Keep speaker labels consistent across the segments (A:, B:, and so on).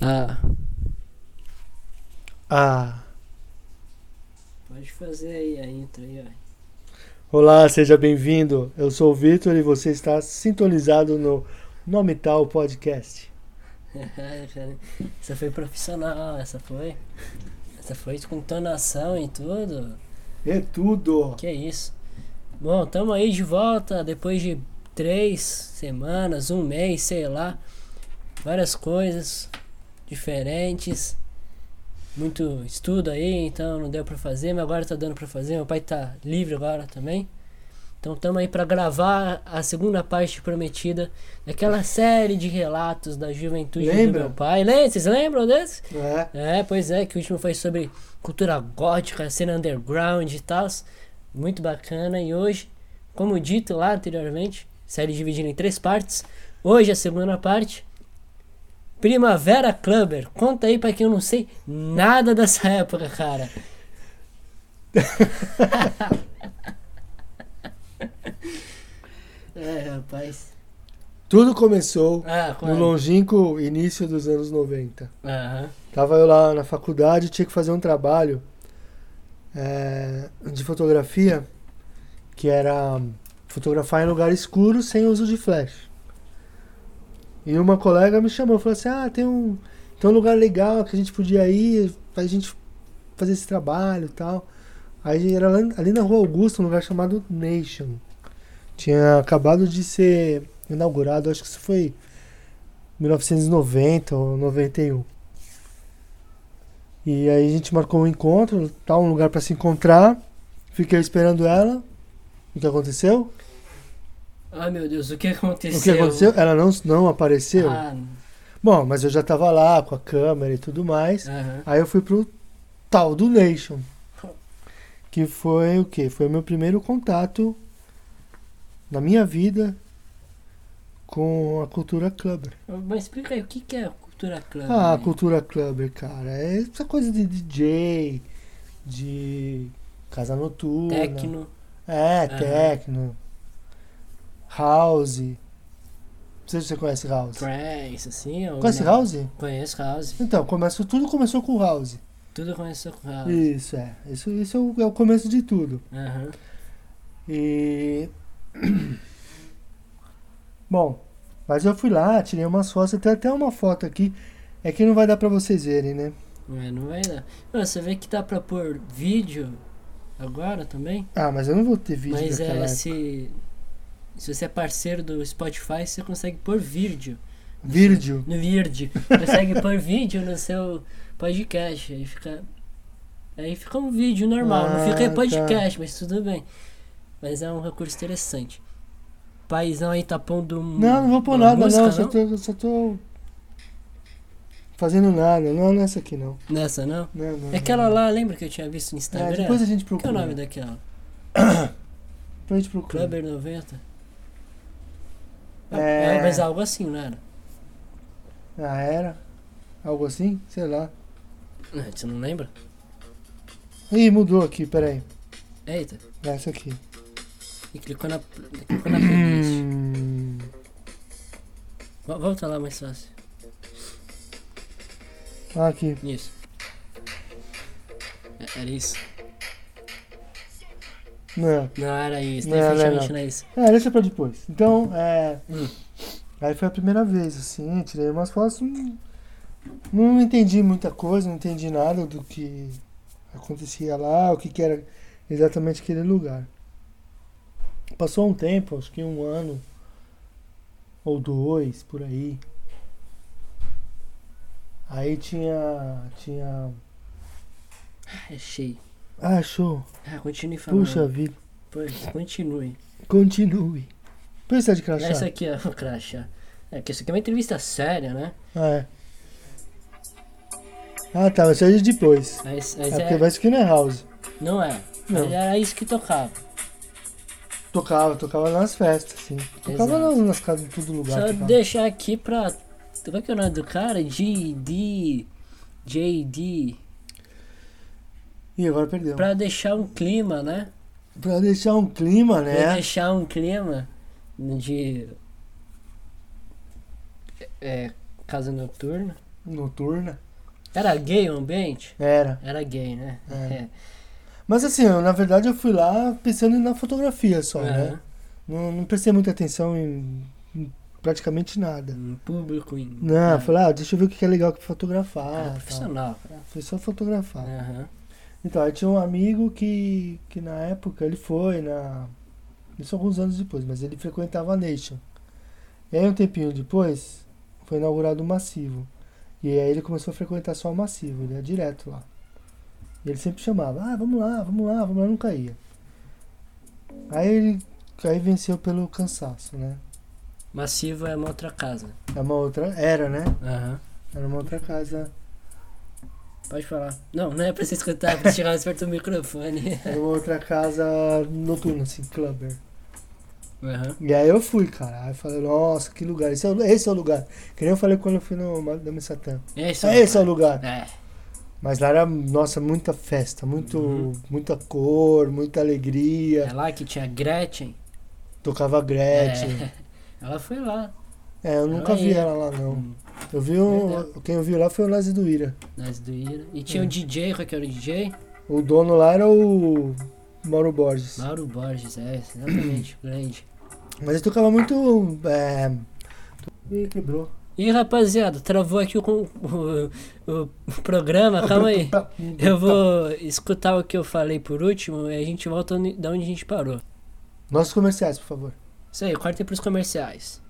A: Ah,
B: Ah.
A: pode fazer aí a intro aí, ó.
B: Olá, seja bem-vindo. Eu sou o Vitor e você está sintonizado no Nome Tal Podcast.
A: essa foi profissional, essa foi. Essa foi com tonação e tudo.
B: É tudo.
A: Que isso. Bom, tamo aí de volta depois de três semanas, um mês, sei lá. Várias coisas diferentes. Muito estudo aí, então não deu pra fazer, mas agora tá dando pra fazer. Meu pai tá livre agora também. Então tamo aí pra gravar a segunda parte prometida daquela série de relatos da juventude
B: Lembra?
A: do meu pai. Lembra? Vocês lembram desse?
B: É.
A: É, pois é, que o último foi sobre cultura gótica, cena underground e tal. Muito bacana. E hoje, como dito lá anteriormente, série dividida em três partes. Hoje a segunda parte. Primavera Clubber. Conta aí pra que eu não sei nada dessa época, cara. é, rapaz.
B: Tudo começou
A: Ah,
B: no
A: claro.
B: longínquo início dos anos 90.
A: Aham.
B: Tava eu lá na faculdade, tinha que fazer um trabalho é, de fotografia, que era fotografar em lugar escuro sem uso de flash. E uma colega me chamou, falou assim, ah, tem um, tem um lugar legal que a gente podia ir, pra gente fazer esse trabalho e tal. Aí era lá- ali na Rua Augusta, um lugar chamado Nation. Tinha acabado de ser inaugurado, acho que isso foi 1990 ou 91. E aí a gente marcou um encontro, tal, um lugar pra se encontrar. Fiquei esperando ela. O que aconteceu?
A: Ai Ah, meu Deus, o que aconteceu?
B: O que aconteceu? Ela não, não apareceu.
A: Ah,
B: Bom, mas eu já tava lá com a câmera e tudo mais.
A: aham.
B: Aí eu fui pro tal do Nation. Que foi o quê? Foi o meu primeiro contato na minha vida com a cultura clubber.
A: Mas explica aí, o que, que é cultura club?
B: Ah, a
A: né?
B: cultura clubber, cara. É essa coisa de DJ, de casa noturna.
A: Tecno.
B: É,
A: Aham.
B: techno. House. Não sei se você conhece House.
A: Trance, assim. Ou
B: Conhece
A: não?
B: House?
A: Conheço House.
B: Então, começou, tudo começou com House.
A: Tudo começou com House.
B: Isso, é. Isso, isso é, o, é o começo de tudo.
A: Aham.
B: E. Bom, mas eu fui lá, tirei umas fotos, tem até uma foto aqui. É que não vai dar pra vocês verem, né?
A: Mas não vai dar. Mano, você vê que dá pra pôr vídeo agora também?
B: Ah, mas eu não vou ter vídeo
A: mas
B: daquela
A: é
B: época.
A: se. Se você é parceiro do Spotify, você consegue pôr vídeo.
B: Vídeo.
A: No Virde. Consegue pôr vídeo no seu podcast. Aí fica. Aí fica um vídeo normal. não
B: Ah,
A: fica
B: tá.
A: podcast, mas tudo bem. Mas é um recurso interessante. Paizão aí tá pondo. um-
B: Não, não vou pôr
A: uma
B: nada,
A: música,
B: não. Só tô, só tô fazendo nada. Não, não é essa aqui, não.
A: Nessa não?
B: não, não
A: É aquela
B: não.
A: lá, lembra que eu tinha visto no
B: É,
A: Instagram?
B: depois a gente
A: Qual que é
B: procura.
A: o nome daquela?
B: Depois a gente procura.
A: Clubber 90?
B: É.
A: É... Mas algo assim, não era?
B: Ah, era? Algo assim? Sei lá.
A: Não, Você não lembra?
B: Ih, mudou aqui, peraí.
A: Eita,
B: É essa aqui.
A: e clicou na, clicou na playlist.
B: Hum.
A: Vo- Volta lá mais fácil.
B: Ah, aqui.
A: Isso. É- Era isso?
B: Não.
A: Não, era isso.
B: Não,
A: Definitivamente
B: não,
A: não é isso.
B: É, deixa pra depois. Então, é.
A: Hum.
B: Aí foi a primeira vez, assim, tirei umas fotos. hum, Não entendi muita coisa, não entendi nada do que acontecia lá, o que, que era exatamente aquele lugar. Passou um tempo, acho que um ano ou dois por aí. Aí tinha. tinha.
A: Ah, é cheio.
B: Ah, show!
A: Ah, continue falando.
B: Puxa vida,
A: Pois, continue.
B: continue. Pensa de
A: É isso
B: crachá.
A: aqui, ó, o crachá. É que isso aqui é uma entrevista séria, né?
B: Ah, é. Ah, tá, mas isso aí é depois.
A: Mas,
B: É
A: mas
B: porque
A: é-
B: vai que não é house.
A: Não é.
B: Não.
A: Mas Era isso que tocava.
B: Tocava, tocava nas festas, sim. Tocava
A: Exato.
B: nas, nas casas em todo lugar.
A: é. Só
B: tocava.
A: deixar aqui pra. Como é que é o nome do cara? JD. JD.
B: Ih, agora perdeu. Pra,
A: Pra deixar um clima, né?
B: deixar um clima,
A: Pra
B: né?
A: deixar um clima de. É. Casa noturna.
B: noturna.
A: Era gay o ambiente?
B: Era.
A: Era gay, né?
B: É. Mas assim, eu, na verdade eu fui lá pensando na fotografia só, né?
A: Aham.
B: Não, não prestei muita atenção em, em praticamente nada.
A: Em Um público, em.
B: Não,
A: Ah,
B: falei, tá. ah, deixa eu ver o que que é legal que
A: era
B: fotografar. tal.
A: Ah, profissional.
B: Foi só fotografar.
A: Aham.
B: Então, aí tinha um amigo que, que na época ele foi na. Isso alguns anos depois, mas ele frequentava a Nation. E aí um tempinho depois foi inaugurado o Massivo. E aí ele começou a frequentar só o Massivo, ele ia direto lá. E ele sempre chamava, ah, vamos lá, vamos lá, vamos lá, nunca ia. Aí ele aí venceu pelo cansaço, né?
A: Massivo é uma outra casa.
B: É uma outra. Era, né?
A: Aham.
B: Era uma outra casa.
A: Pode falar. Não, não é pra você escutar, é pra você chegar mais perto do microfone.
B: Era uma outra casa noturna, assim, clubber.
A: Aham.
B: E aí eu fui, cara. Aí eu falei, nossa, que lugar. Esse é, o- esse é o lugar. Que nem eu falei quando eu fui no Mar- da Missatã.
A: É isso
B: Esse,
A: aí.
B: é o lugar.
A: É.
B: Mas lá era, nossa, muita festa, muito,
A: Uhum.
B: muita cor, muita alegria.
A: É lá que tinha Gretchen.
B: Tocava Gretchen.
A: É. Ela foi lá.
B: É, eu nunca
A: Ela
B: vi
A: ia.
B: ela lá, não.
A: Hum,
B: Eu vi um, quem eu vi lá foi o Nazi do Ira.
A: Nas do Ira. E tinha o
B: Hum.
A: DJ, qual que era o DJ?
B: O dono lá era o Mauro Borges.
A: Mauro Borges, é, exatamente, grande.
B: Mas ele tocava muito. É... Ih, quebrou.
A: E rapaziada, travou aqui o, con- o, o programa, calma aí.
B: Tá
A: Eu vou escutar o que eu falei por último e a gente volta onde- da onde a gente parou.
B: Nossos comerciais, por favor.
A: Isso aí, corta aí pros comerciais.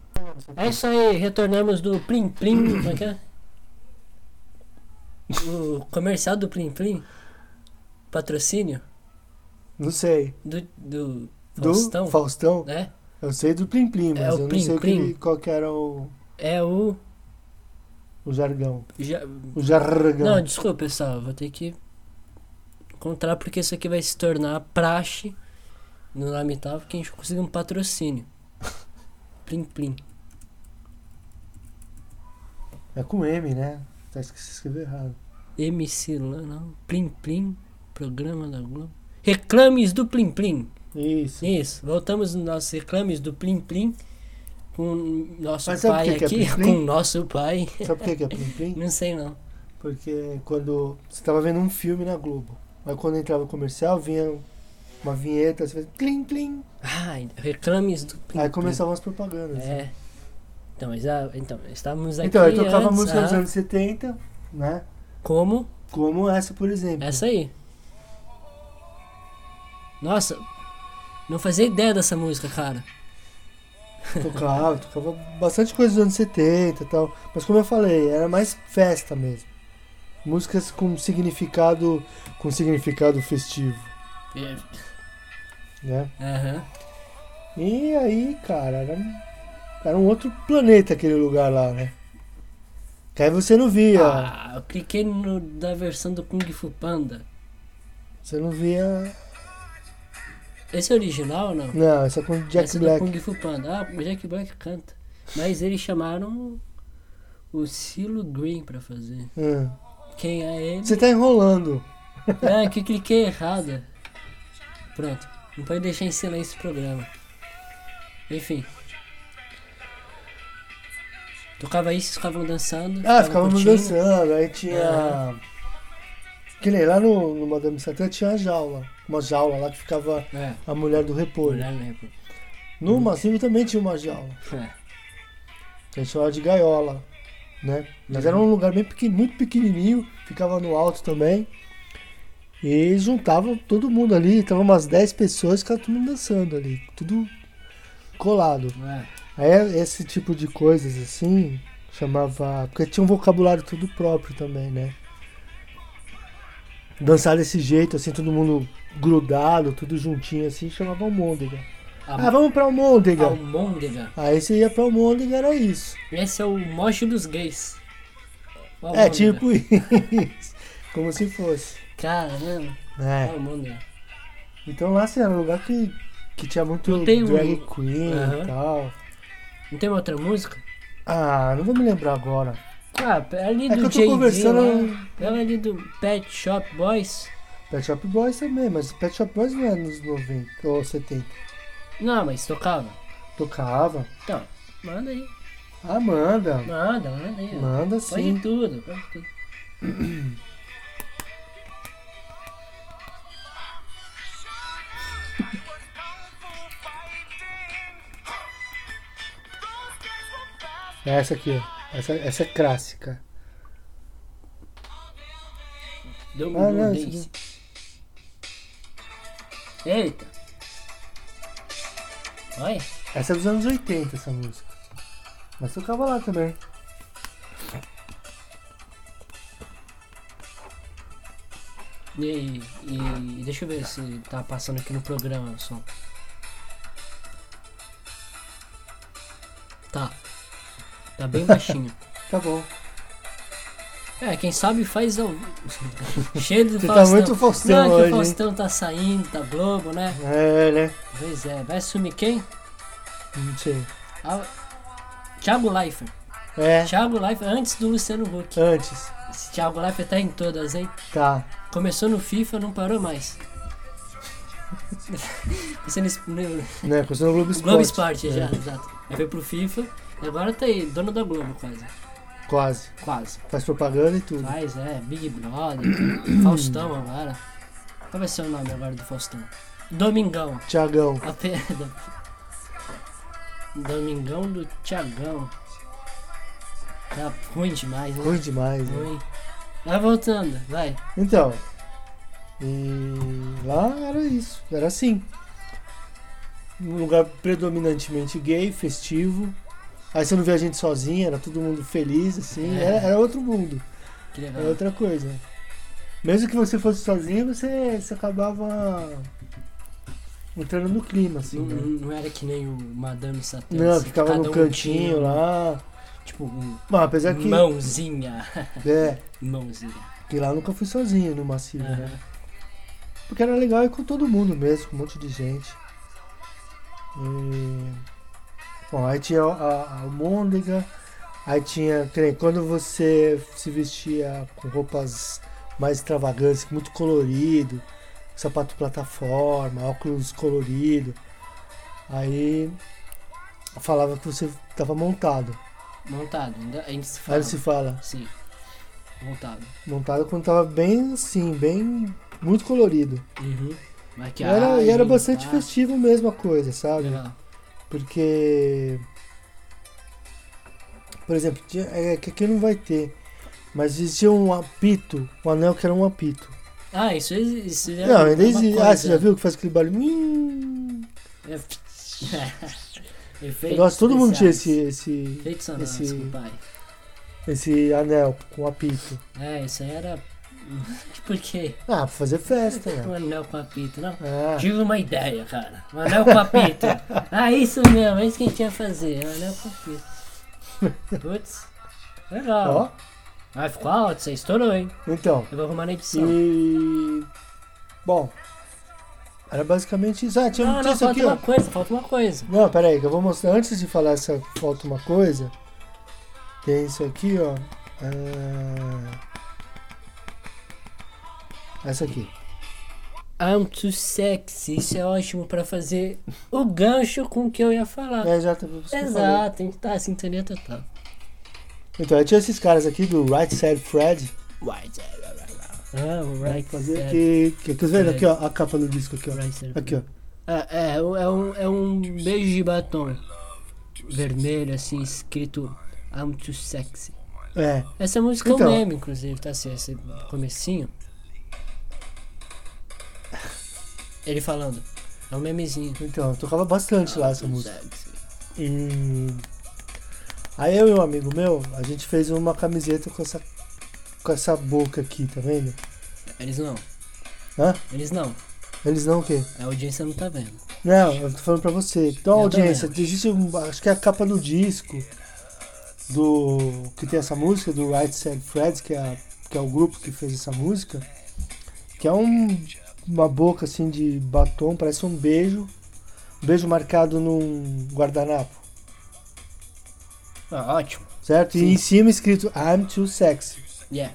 A: É isso aí, retornamos do Plim Plim. Como é que é? O comercial do Plim Plim? Patrocínio?
B: Não sei.
A: Do, do
B: Do
A: Faustão?
B: Faustão?
A: né?
B: Eu sei do Plim Plim, mas
A: É, o
B: eu
A: Plim
B: não sei o que-
A: Plim.
B: qual que era o,
A: É o.
B: o jargão.
A: já-
B: O jargão.
A: Não, desculpa, pessoal. Vou ter que encontrar porque isso aqui vai se tornar praxe no Lamentável porque a gente conseguiu um patrocínio. Plim Plim.
B: É com M, né? Tá esque- se escreveu errado.
A: MC lá, não. Plim Plim. Programa da Globo. Reclames do Plim Plim.
B: Isso.
A: Isso. Voltamos nos nossos reclames do Plim Plim. Com o nosso
B: Mas sabe
A: pai
B: por que que é
A: aqui.
B: Plim Plim?
A: com o nosso pai.
B: Sabe por que que é Plim Plim?
A: Não sei não.
B: Porque quando você tava vendo um filme na Globo, aí quando entrava o comercial, vinha uma vinheta, você fazia Plim Plim.
A: Ai, reclames do Plim
B: Aí
A: Plim.
B: começavam as propagandas. né?
A: É. Então, mas, ah, então, estávamos aqui
B: Então, eu tocava
A: antes,
B: música dos
A: ah,
B: anos 70, né?
A: como
B: Como essa, por exemplo.
A: Essa aí. Nossa, não fazia ideia dessa música, cara.
B: Tocava, tocava bastante coisa dos anos 70 e tal. Mas como eu falei, era mais festa mesmo. Músicas com significado, com significado festivo, né?
A: Aham.
B: E aí, cara, era, um- era um outro planeta aquele lugar lá, né? Que aí você não via,
A: Ah, eu cliquei no, da versão do Kung Fu Panda.
B: você não via...
A: Esse é original ou não?
B: Não, essa com Jack
A: Essa é
B: Black.
A: do Kung Fu Panda. Ah, o Jack Black canta. Mas eles chamaram o Silo Green pra fazer.
B: Hum.
A: Quem é ele?
B: Você tá enrolando.
A: Ah, que eu cliquei errada. Pronto. Não pode deixar em silêncio o programa. Enfim. Tocava isso, vocês ficavam dançando.
B: Ah,
A: ficavam
B: ficávamos
A: curtindo. É.
B: dançando, aí tinha... Que nem lá no, no Madame Satã tinha a jaula. Uma jaula lá que ficava
A: É,
B: a mulher do repolho.
A: olhar, né? pô.
B: No Massivo também tinha uma jaula,
A: É.
B: que a gente chamava de gaiola, né? Mas era um lugar bem pequen- muito pequenininho, ficava no alto também. E juntava todo mundo ali, tava umas 10 pessoas, ficava todo mundo dançando ali, tudo colado.
A: É.
B: Aí esse tipo de coisas assim, chamava. Porque tinha um vocabulário tudo próprio também, né? Dançar desse jeito, assim, todo mundo grudado, tudo juntinho assim, chamava almôndega. Ah,
A: A
B: vamos pra almôndega!
A: Almôndega.
B: Aí você ia pra Almôndega e era isso.
A: Esse é o moche dos gays. O
B: É
A: Almôndega.
B: tipo
A: né?
B: isso. Como se fosse.
A: Caramba,
B: É.
A: Almôndega.
B: Então lá assim, era um lugar que, que tinha muito
A: Não tem um-
B: drag queen
A: Aham.
B: e tal.
A: Não tem uma outra música?
B: Ah, não vou me lembrar agora.
A: Ah, ali
B: É que
A: do
B: eu tô
A: J.D.
B: conversando- né?
A: lá. Ela É ali do Pet Shop Boys.
B: Pet Shop Boys também, mas Pet Shop Boys não era nos 90 ou 70.
A: Não, mas tocava.
B: Tocava.
A: Então, manda aí.
B: Ah, manda.
A: Manda, manda aí. ó.
B: Manda
A: Pode
B: sim.
A: tudo, pode tudo.
B: É essa aqui, ó. Essa, essa é clássica.
A: Dom
B: Ah,
A: Dom
B: não,
A: Daisy.
B: isso
A: Eita. Olha,
B: Essa é dos anos 80, essa música. Mas tocava lá também.
A: e, e- e deixa eu ver se tá passando aqui no programa o som. Tá. Tá bem baixinho.
B: Tá bom.
A: É, quem sabe faz ao... Cheio de
B: Você tá
A: Faustão.
B: muito Faustão
A: Não, é que
B: hoje,
A: o
B: hein?
A: Faustão tá saindo da Globo, né?
B: É, né?
A: Pois é, vai sumir quem?
B: Não sei.
A: Ah, Thiago Leifert.
B: É,
A: Thiago Leifert antes do Luciano Huck.
B: antes.
A: Esse Thiago Leifert tá em todas, hein?
B: Tá.
A: Começou no FIFA, não parou mais. Você no, no
B: Né? Começou no Globo Esporte.
A: Globo Esporte já,
B: É,
A: exato. Aí foi pro FIFA e agora tá aí, dono da Globo quase.
B: Quase.
A: Quase.
B: Faz propaganda e tudo.
A: Faz, é, Big Brother, Faustão agora. Qual vai ser o nome agora do Faustão? Domingão.
B: Tiagão.
A: A perda. Domingão do Thiagão. Tá ruim demais, né?
B: Ruim demais, né?
A: Ruim. Vai voltando, vai.
B: Então, e lá era isso, era assim. Um lugar predominantemente gay, festivo. Aí você não via a gente sozinha, era todo mundo feliz, assim.
A: É.
B: Era, era outro mundo,
A: Que legal.
B: era outra coisa. Mesmo que você fosse sozinho, você, você acabava entrando no clima, assim.
A: Não,
B: né?
A: não- não era que nem o Madame Satã.
B: Não,
A: assim, que
B: ficava
A: cada
B: no
A: um
B: cantinho
A: tinha,
B: lá.
A: Tipo, um
B: Bom, apesar que,
A: mãozinha.
B: é,
A: mãozinha.
B: que lá eu nunca fui sozinho no macio, né?
A: Aham.
B: Porque era legal ir com todo mundo mesmo, com um monte de gente. E... Bom, aí tinha a, a almôndega, aí tinha. que nem Quando você se vestia com roupas mais extravagantes, muito colorido, sapato plataforma, óculos colorido, aí falava que você estava montado.
A: Montado, ainda, ainda se fala.
B: Aí se fala,
A: Sim. Montado.
B: montado quando tava bem assim, bem. muito colorido.
A: Uhum.
B: E era, e era
A: Maquiagem,
B: bastante
A: pá.
B: festivo mesmo a coisa, sabe?
A: tá Legal.
B: Porque. Por exemplo, tinha- é que aqui não vai ter. Mas existia um apito, um anel que era um apito.
A: Ah, isso, exi- isso já
B: não, ainda
A: é uma
B: existe. Ah,
A: coisa.
B: você já viu que faz aquele barulho? Hum.
A: É. Efeitos
B: Nossa, todo mundo tinha esse,
A: especiais.
B: esse,
A: Efeitos sonoros,
B: esse-
A: pai.
B: esse anel com apito.
A: É, isso aí era. Por quê?
B: Ah, pra fazer festa,
A: Um
B: né?
A: anel com a pita, não?
B: Ah,
A: Tive uma ideia, cara. Um anel com a pita. ah, isso mesmo, é isso que a gente ia fazer. Um anel com a pita. Putz, legal.
B: ó.
A: Ah, ficou alto, você estourou, hein?
B: Então.
A: Eu vou arrumar na edição.
B: E. Bom. Era basicamente isso. Ah, tinha,
A: Não,
B: tinha
A: não,
B: isso
A: falta
B: aqui,
A: uma
B: ó.
A: coisa, falta uma coisa.
B: Não, pera aí, que eu vou mostrar. Antes de falar essa falta uma coisa, tem isso aqui, ó. É Ah, Essa aqui.
A: I'm too sexy, isso é ótimo pra fazer o gancho com o que eu ia falar.
B: É, já tá- você falou.
A: Exato, a gente tá sintonia total.
B: Então, aí tinha esses caras aqui do Right Side Fred.
A: Right, right, right, right. Ah, o right,
B: Fazer
A: side,
B: aqui. Que, que, vendo aqui, ó, a capa do disco aqui, ó.
A: right side.
B: Aqui, ó.
A: Ah, é, é um- é um, é um beijo de batom vermelho, assim, escrito I'm too sexy.
B: É.
A: Essa música é
B: Então.
A: um meme, inclusive, tá assim, esse comecinho. Ele falando. É um memezinho.
B: Então, eu tocava bastante lá essa
A: I'm too
B: música.
A: sexy.
B: E. Aí eu e um amigo meu, a gente fez uma camiseta com essa, com essa boca aqui, tá vendo?
A: Eles não.
B: Hã?
A: Eles não.
B: Eles não o quê?
A: A audiência não tá vendo.
B: Não, eu tô falando pra você. Então,
A: Eu
B: audiência, existe um, acho que é a capa do disco do que tem essa música do Right Said Fred, que é, a- que é o grupo que fez essa música, que é um, uma boca assim de batom, parece um beijo, um beijo marcado num guardanapo,
A: Ah, ótimo.
B: certo? E
A: Sim.
B: em cima escrito I'm too sexy.
A: Yeah.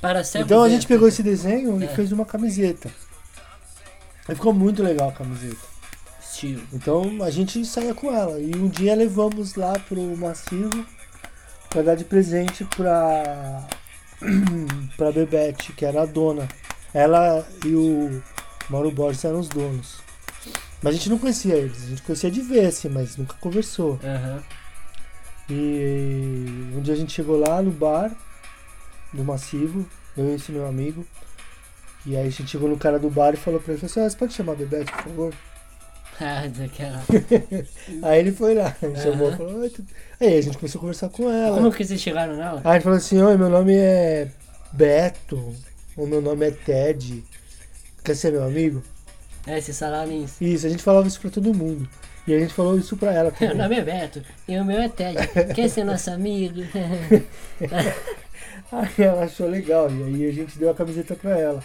A: Para cegos
B: Então a gente
A: é-
B: pegou esse desenho e
A: É.
B: fez uma camiseta. E ficou muito legal a camiseta.
A: positivo.
B: Então a gente saía com ela. E um dia levamos lá pro Massivo pra dar de presente pra, pra Bebete, que era a dona. Ela e o Mauro Borges eram os donos. Mas a gente não conhecia eles, a gente conhecia de ver, assim, mas nunca conversou.
A: Aham.
B: E um dia a gente chegou lá no bar do Massivo, eu e esse meu amigo. E aí a gente chegou no cara do bar e falou pra ele, falou assim, ah, você pode chamar a Bebete, por favor?
A: Ah, daquela.
B: Aí ele foi lá, ele chamou
A: Aham.
B: falou, "Oi, tudo-" Aí a gente começou a conversar com ela.
A: Como que vocês chegaram nela?
B: Aí ele falou assim, oi, meu nome é Beto, o meu nome é Ted, quer ser meu amigo?
A: É, esses salarins.
B: Isso, a gente falava isso pra todo mundo. E a gente falou isso pra ela
A: Meu
B: também.
A: nome é Beto e o meu é Ted. Quer ser nosso amigo?
B: Aí ela achou legal, e aí a gente deu a camiseta pra ela.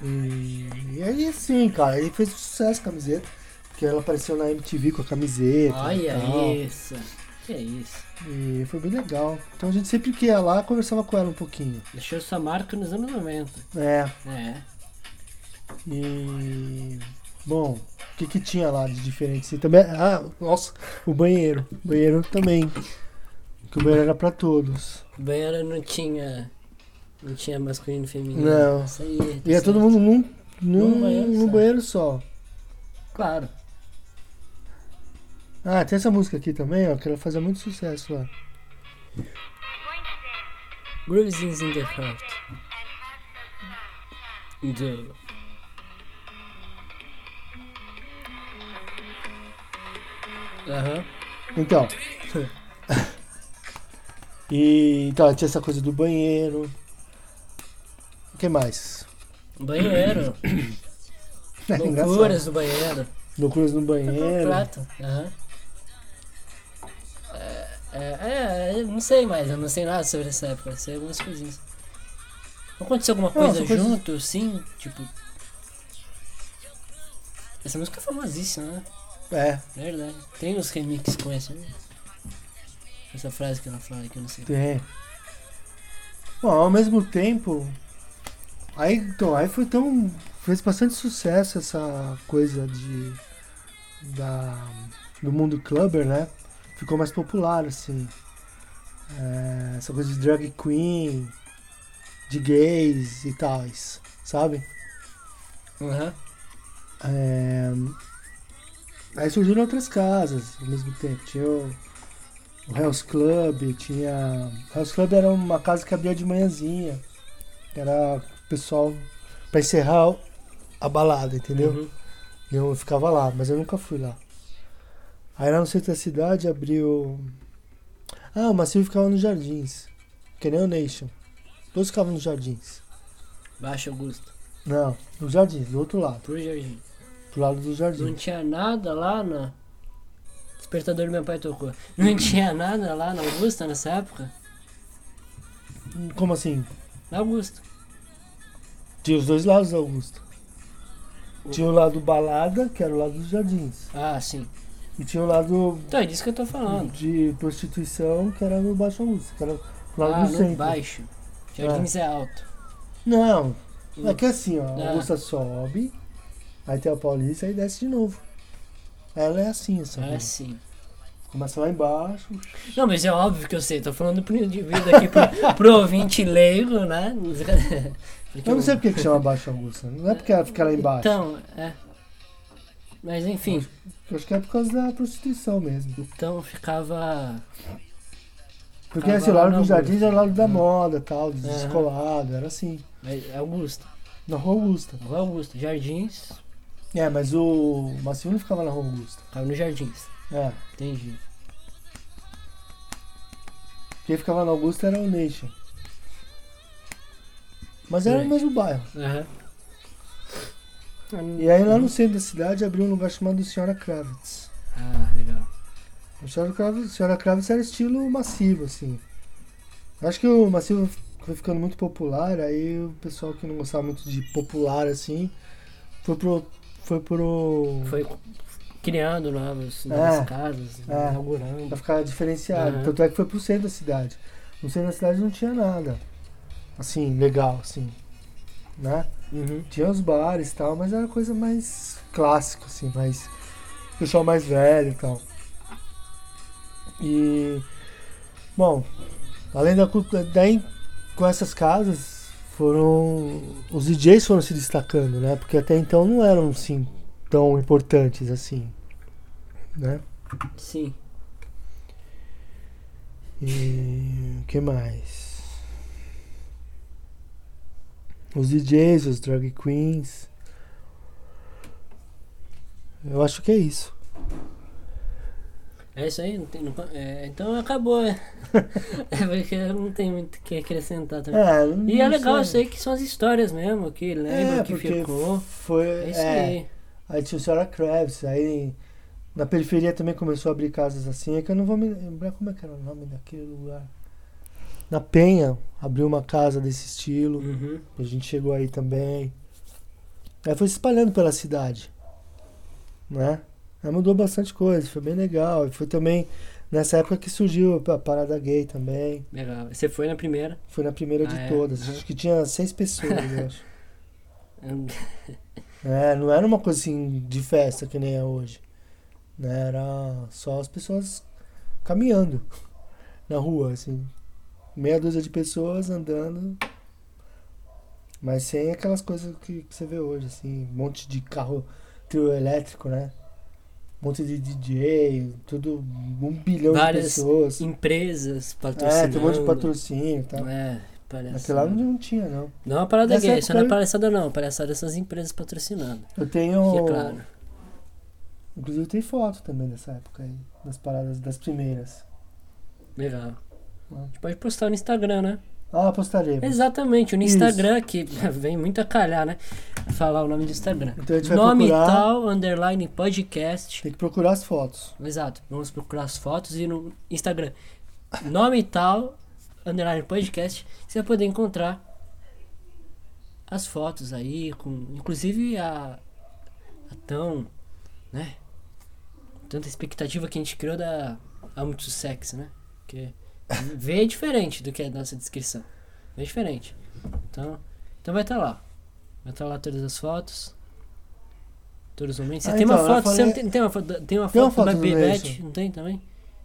B: E, e aí assim, cara, aí fez sucesso a camiseta, porque ela apareceu na MTV com a camiseta. e
A: Olha
B: tal.
A: isso. Que isso.
B: E foi bem legal. Então a gente sempre que ia lá, conversava com ela um pouquinho.
A: Deixou sua marca nos anos 90.
B: É,
A: É.
B: E. Bom, o que, que tinha lá de diferente? Assim, também. Ah, nossa, o banheiro. O banheiro também. Que o banheiro era pra todos.
A: O banheiro não tinha. Não tinha masculino e feminino.
B: Não.
A: Isso aí.
B: E é
A: isso
B: todo
A: aí.
B: mundo num, num,
A: Num banheiro
B: num
A: só.
B: banheiro só.
A: Claro.
B: Ah, tem essa música aqui também, ó, que ela fazia muito sucesso lá.
A: Grooves in the heart. Do. Aham.
B: Então. e. Então, tinha essa coisa do banheiro. O que mais?
A: Banheiro.
B: É engraçado.
A: Loucuras do banheiro.
B: Loucuras no
A: Um
B: banheiro.
A: prato. Aham. É, É, é, eu não sei mais, eu não sei nada sobre essa época, eu sei algumas coisinhas. Aconteceu alguma
B: Não,
A: coisa
B: são coisas-
A: junto, sim? Tipo. Essa música é famosíssima, né?
B: É,
A: Verdade. Tem os remixes com essa, né? Essa frase que ela fala que eu não sei.
B: Tem. É. Bom, ao mesmo tempo. Aí, então, aí foi tão. Fez bastante sucesso essa coisa de. Da, do mundo clubber, né? Ficou mais popular, assim. É, essa coisa de drag queen, de gays e tais, sabe?
A: Aham.
B: É, Aí surgiram outras casas ao mesmo tempo. Tinha o, o House Club, tinha. O House Club era uma casa que abria de manhãzinha. Era o pessoal pra encerrar o- a balada, entendeu?
A: Uhum.
B: E eu ficava lá, mas eu nunca fui lá. Aí lá no centro da cidade abriu. Ah, o Massivo ficava nos jardins. Que nem o Nation. Todos ficavam nos jardins.
A: Baixo Augusto.
B: Não, nos jardins, do outro lado.
A: Por Jorginho.
B: Do lado dos
A: Não
B: jardins.
A: tinha nada lá na. Despertador do meu pai tocou. Não tinha nada lá na Augusta nessa época?
B: Como assim?
A: Na Augusta.
B: Tinha os dois lados, Augusto. Tinha o lado balada, que era o lado dos jardins.
A: Ah, sim.
B: E tinha o lado
A: Então é disso que eu tô falando.
B: de prostituição, que era no Baixo Augusto, que era o lado
A: Lá
B: do
A: Ah, no
B: centro.
A: baixo. Jardins é alto.
B: Não,
A: Hum.
B: é que assim, ó,
A: Ah.
B: a Augusta sobe, aí tem a Paulista e desce de novo. Ela é assim, essa
A: É
B: rua.
A: sim.
B: Começa lá embaixo.
A: Não, mas é óbvio que eu sei. Tô falando pro indivíduo aqui, pro, pro ouvinte leigo, né? Porque
B: Eu não sei por que que chama Baixo Augusta. Não é porque ela fica lá embaixo.
A: Então, é. Mas enfim,
B: Eu acho que é por causa da prostituição mesmo.
A: então ficava.
B: Porque
A: Ah,
B: assim, o
A: lá
B: lado
A: na
B: dos
A: Augusta.
B: jardins era o lado da
A: Hum.
B: moda tal, dos
A: Aham.
B: descolados, era assim.
A: mas é, Augusto.
B: Na Rua Augusta.
A: Rua Augusta. Jardins.
B: É, mas o Massivo não ficava na Rua Augusta.
A: Ficava nos Jardins.
B: É.
A: Entendi.
B: Quem ficava na Augusta era o Nation. Mas era o
A: Sim.
B: mesmo bairro.
A: Aham.
B: E aí lá no centro da cidade abriu um lugar chamado Senhora Kravitz.
A: Ah, legal.
B: O Senhora Kravitz, Senhora Kravitz era estilo massivo, assim. Eu acho que o massivo foi ficando muito popular, aí o pessoal que não gostava muito de popular, assim, foi pro. Foi pro.
A: Foi criando novas,
B: É.
A: novas casas,
B: É.
A: inaugurando.
B: Pra ficar diferenciado.
A: Aham.
B: Tanto é que foi pro centro da cidade. No centro da cidade não tinha nada. Assim, legal, assim. Né?
A: Uhum.
B: Tinha os bares e tal, mas era coisa mais clássica, assim, mais. pessoal mais velho e tal. E. Bom, além da cultura. Daí, com essas casas, foram. Os DJs foram se destacando, né? Porque até então não eram, assim, tão importantes assim, né?
A: Sim.
B: E o que mais? Os DJs, os drag queens. Eu acho que é isso.
A: É isso aí, não tem, não, é, então acabou. É, É porque eu não tem muito o que acrescentar também.
B: É,
A: E é legal isso aí que são as histórias mesmo, que lembra, que ficou.
B: Foi,
A: É isso
B: é,
A: aí.
B: Aí tinha o Sarah Krebs, aí na periferia também começou a abrir casas assim, é que eu não vou me lembrar como é que era o nome daquele lugar. Na Penha abriu uma casa desse estilo.
A: Uhum.
B: A gente chegou aí também. Aí foi se espalhando pela cidade. Né? Aí mudou bastante coisa, foi bem legal. E foi também nessa época que surgiu a parada gay também.
A: Legal. Você foi na primeira.
B: Foi na primeira de
A: Ah, é?
B: todas.
A: Uhum.
B: Acho que tinha seis pessoas, eu acho. É, não era uma coisa assim de festa que nem é hoje. Né? Era só as pessoas caminhando na rua, assim. Meia dúzia de pessoas andando. Mas sem aquelas coisas que, que você vê hoje, assim, um monte de carro trio elétrico, né? Um monte de DJ, tudo um bilhão
A: Várias
B: de pessoas.
A: Empresas
B: É,
A: patrocinando.
B: tem um monte de patrocínio e tal.
A: É, parece.
B: Aquilo lá não tinha, não.
A: Não é uma parada
B: Nessa
A: gay,
B: época
A: isso não é
B: eu-
A: palhaçada não, palhaçada é essas empresas patrocinando.
B: Eu tenho.
A: Que é claro.
B: Inclusive tem foto também dessa época aí, das paradas das primeiras.
A: Legal. A gente pode postar no Instagram, né?
B: Ah, postarei.
A: Exatamente, no
B: Isso.
A: Instagram, que vem muito a calhar, né? Falar o nome do Instagram.
B: Então a gente vai
A: Nome
B: procurar.
A: tal, underline podcast.
B: Tem que procurar as fotos.
A: Exato, vamos procurar as fotos e no Instagram. Nome tal, underline podcast, você vai poder encontrar as fotos aí, com, inclusive a, a tão, né? Tanta expectativa que a gente criou da há muito sexo, né? Porque vê é diferente do que a nossa descrição. Vê é diferente. Então, então vai estar lá. Vai estar lá todas as fotos. Todos os momentos. Você
B: Ah,
A: tem
B: então,
A: uma
B: eu
A: foto, você não
B: falei-
A: tem, tem uma foto, da- tem uma
B: Tem uma
A: foto da
B: foto do
A: Bebete,
B: Nelson.
A: não tem também?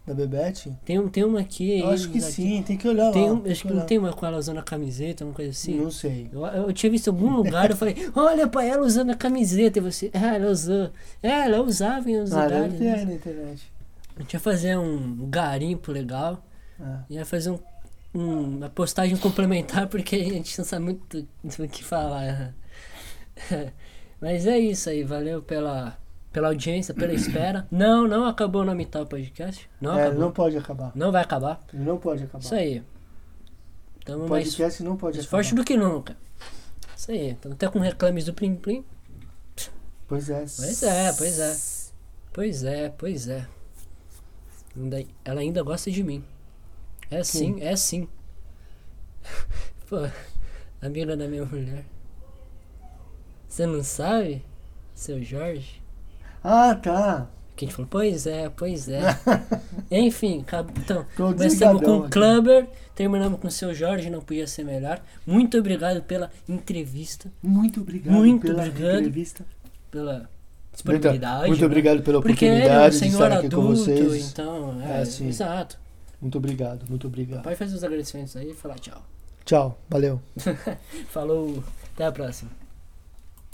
B: Da Bebete?
A: Tem, um- tem uma aqui.
B: Eu acho que
A: daqui.
B: sim, tem que olhar
A: Tem
B: lá.
A: um- acho que
B: olhar.
A: não tem uma com ela usando a camiseta, uma coisa assim.
B: Não sei.
A: Eu, eu tinha visto em algum lugar, eu falei, olha pra ela usando a camiseta. E você, ah, ela usou. É, ela usava em uns
B: Ah,
A: lugares.
B: deve ter aí
A: né?
B: na internet.
A: A gente ia fazer um garimpo legal.
B: Ah,
A: Ia fazer um, um- uma postagem complementar, porque a gente não sabe muito do, do que falar. Mas é isso aí, valeu pela, pela audiência, pela espera. Não, não acabou o nome tal podcast. Não
B: é,
A: acabou.
B: não pode acabar.
A: Não vai acabar.
B: Ele Não pode acabar.
A: Isso aí. Tamo
B: O
A: mais,
B: podcast não Tá pode
A: mais
B: acabar.
A: forte do que nunca. Isso aí. Tamo até com reclames do Plim Plim.
B: Pois é.
A: Pois é, pois é. Pois é, pois é. Ainda- Ela ainda gosta de mim. É sim, é sim. Pô, amiga da minha mulher. Você não sabe, seu Jorge?
B: Ah, tá.
A: Que a gente falou, pois é, pois é. Enfim, acab- então,
B: Tô
A: Começamos com
B: um desligadão
A: o
B: aqui.
A: Clubber, terminamos com o seu Jorge, não podia ser melhor. Muito obrigado pela entrevista,
B: Muito obrigado
A: Muito
B: pela
A: obrigado.
B: entrevista.
A: pela disponibilidade.
B: Muito
A: né?
B: obrigado pela
A: Porque ele é um
B: oportunidade de
A: senhor
B: estar aqui
A: adulto,
B: com vocês.
A: então. É,
B: É, sim.
A: Exato.
B: Muito obrigado, muito obrigado.
A: Vai fazer os agradecimentos aí e falar tchau.
B: Tchau, valeu.
A: Falou, até a próxima.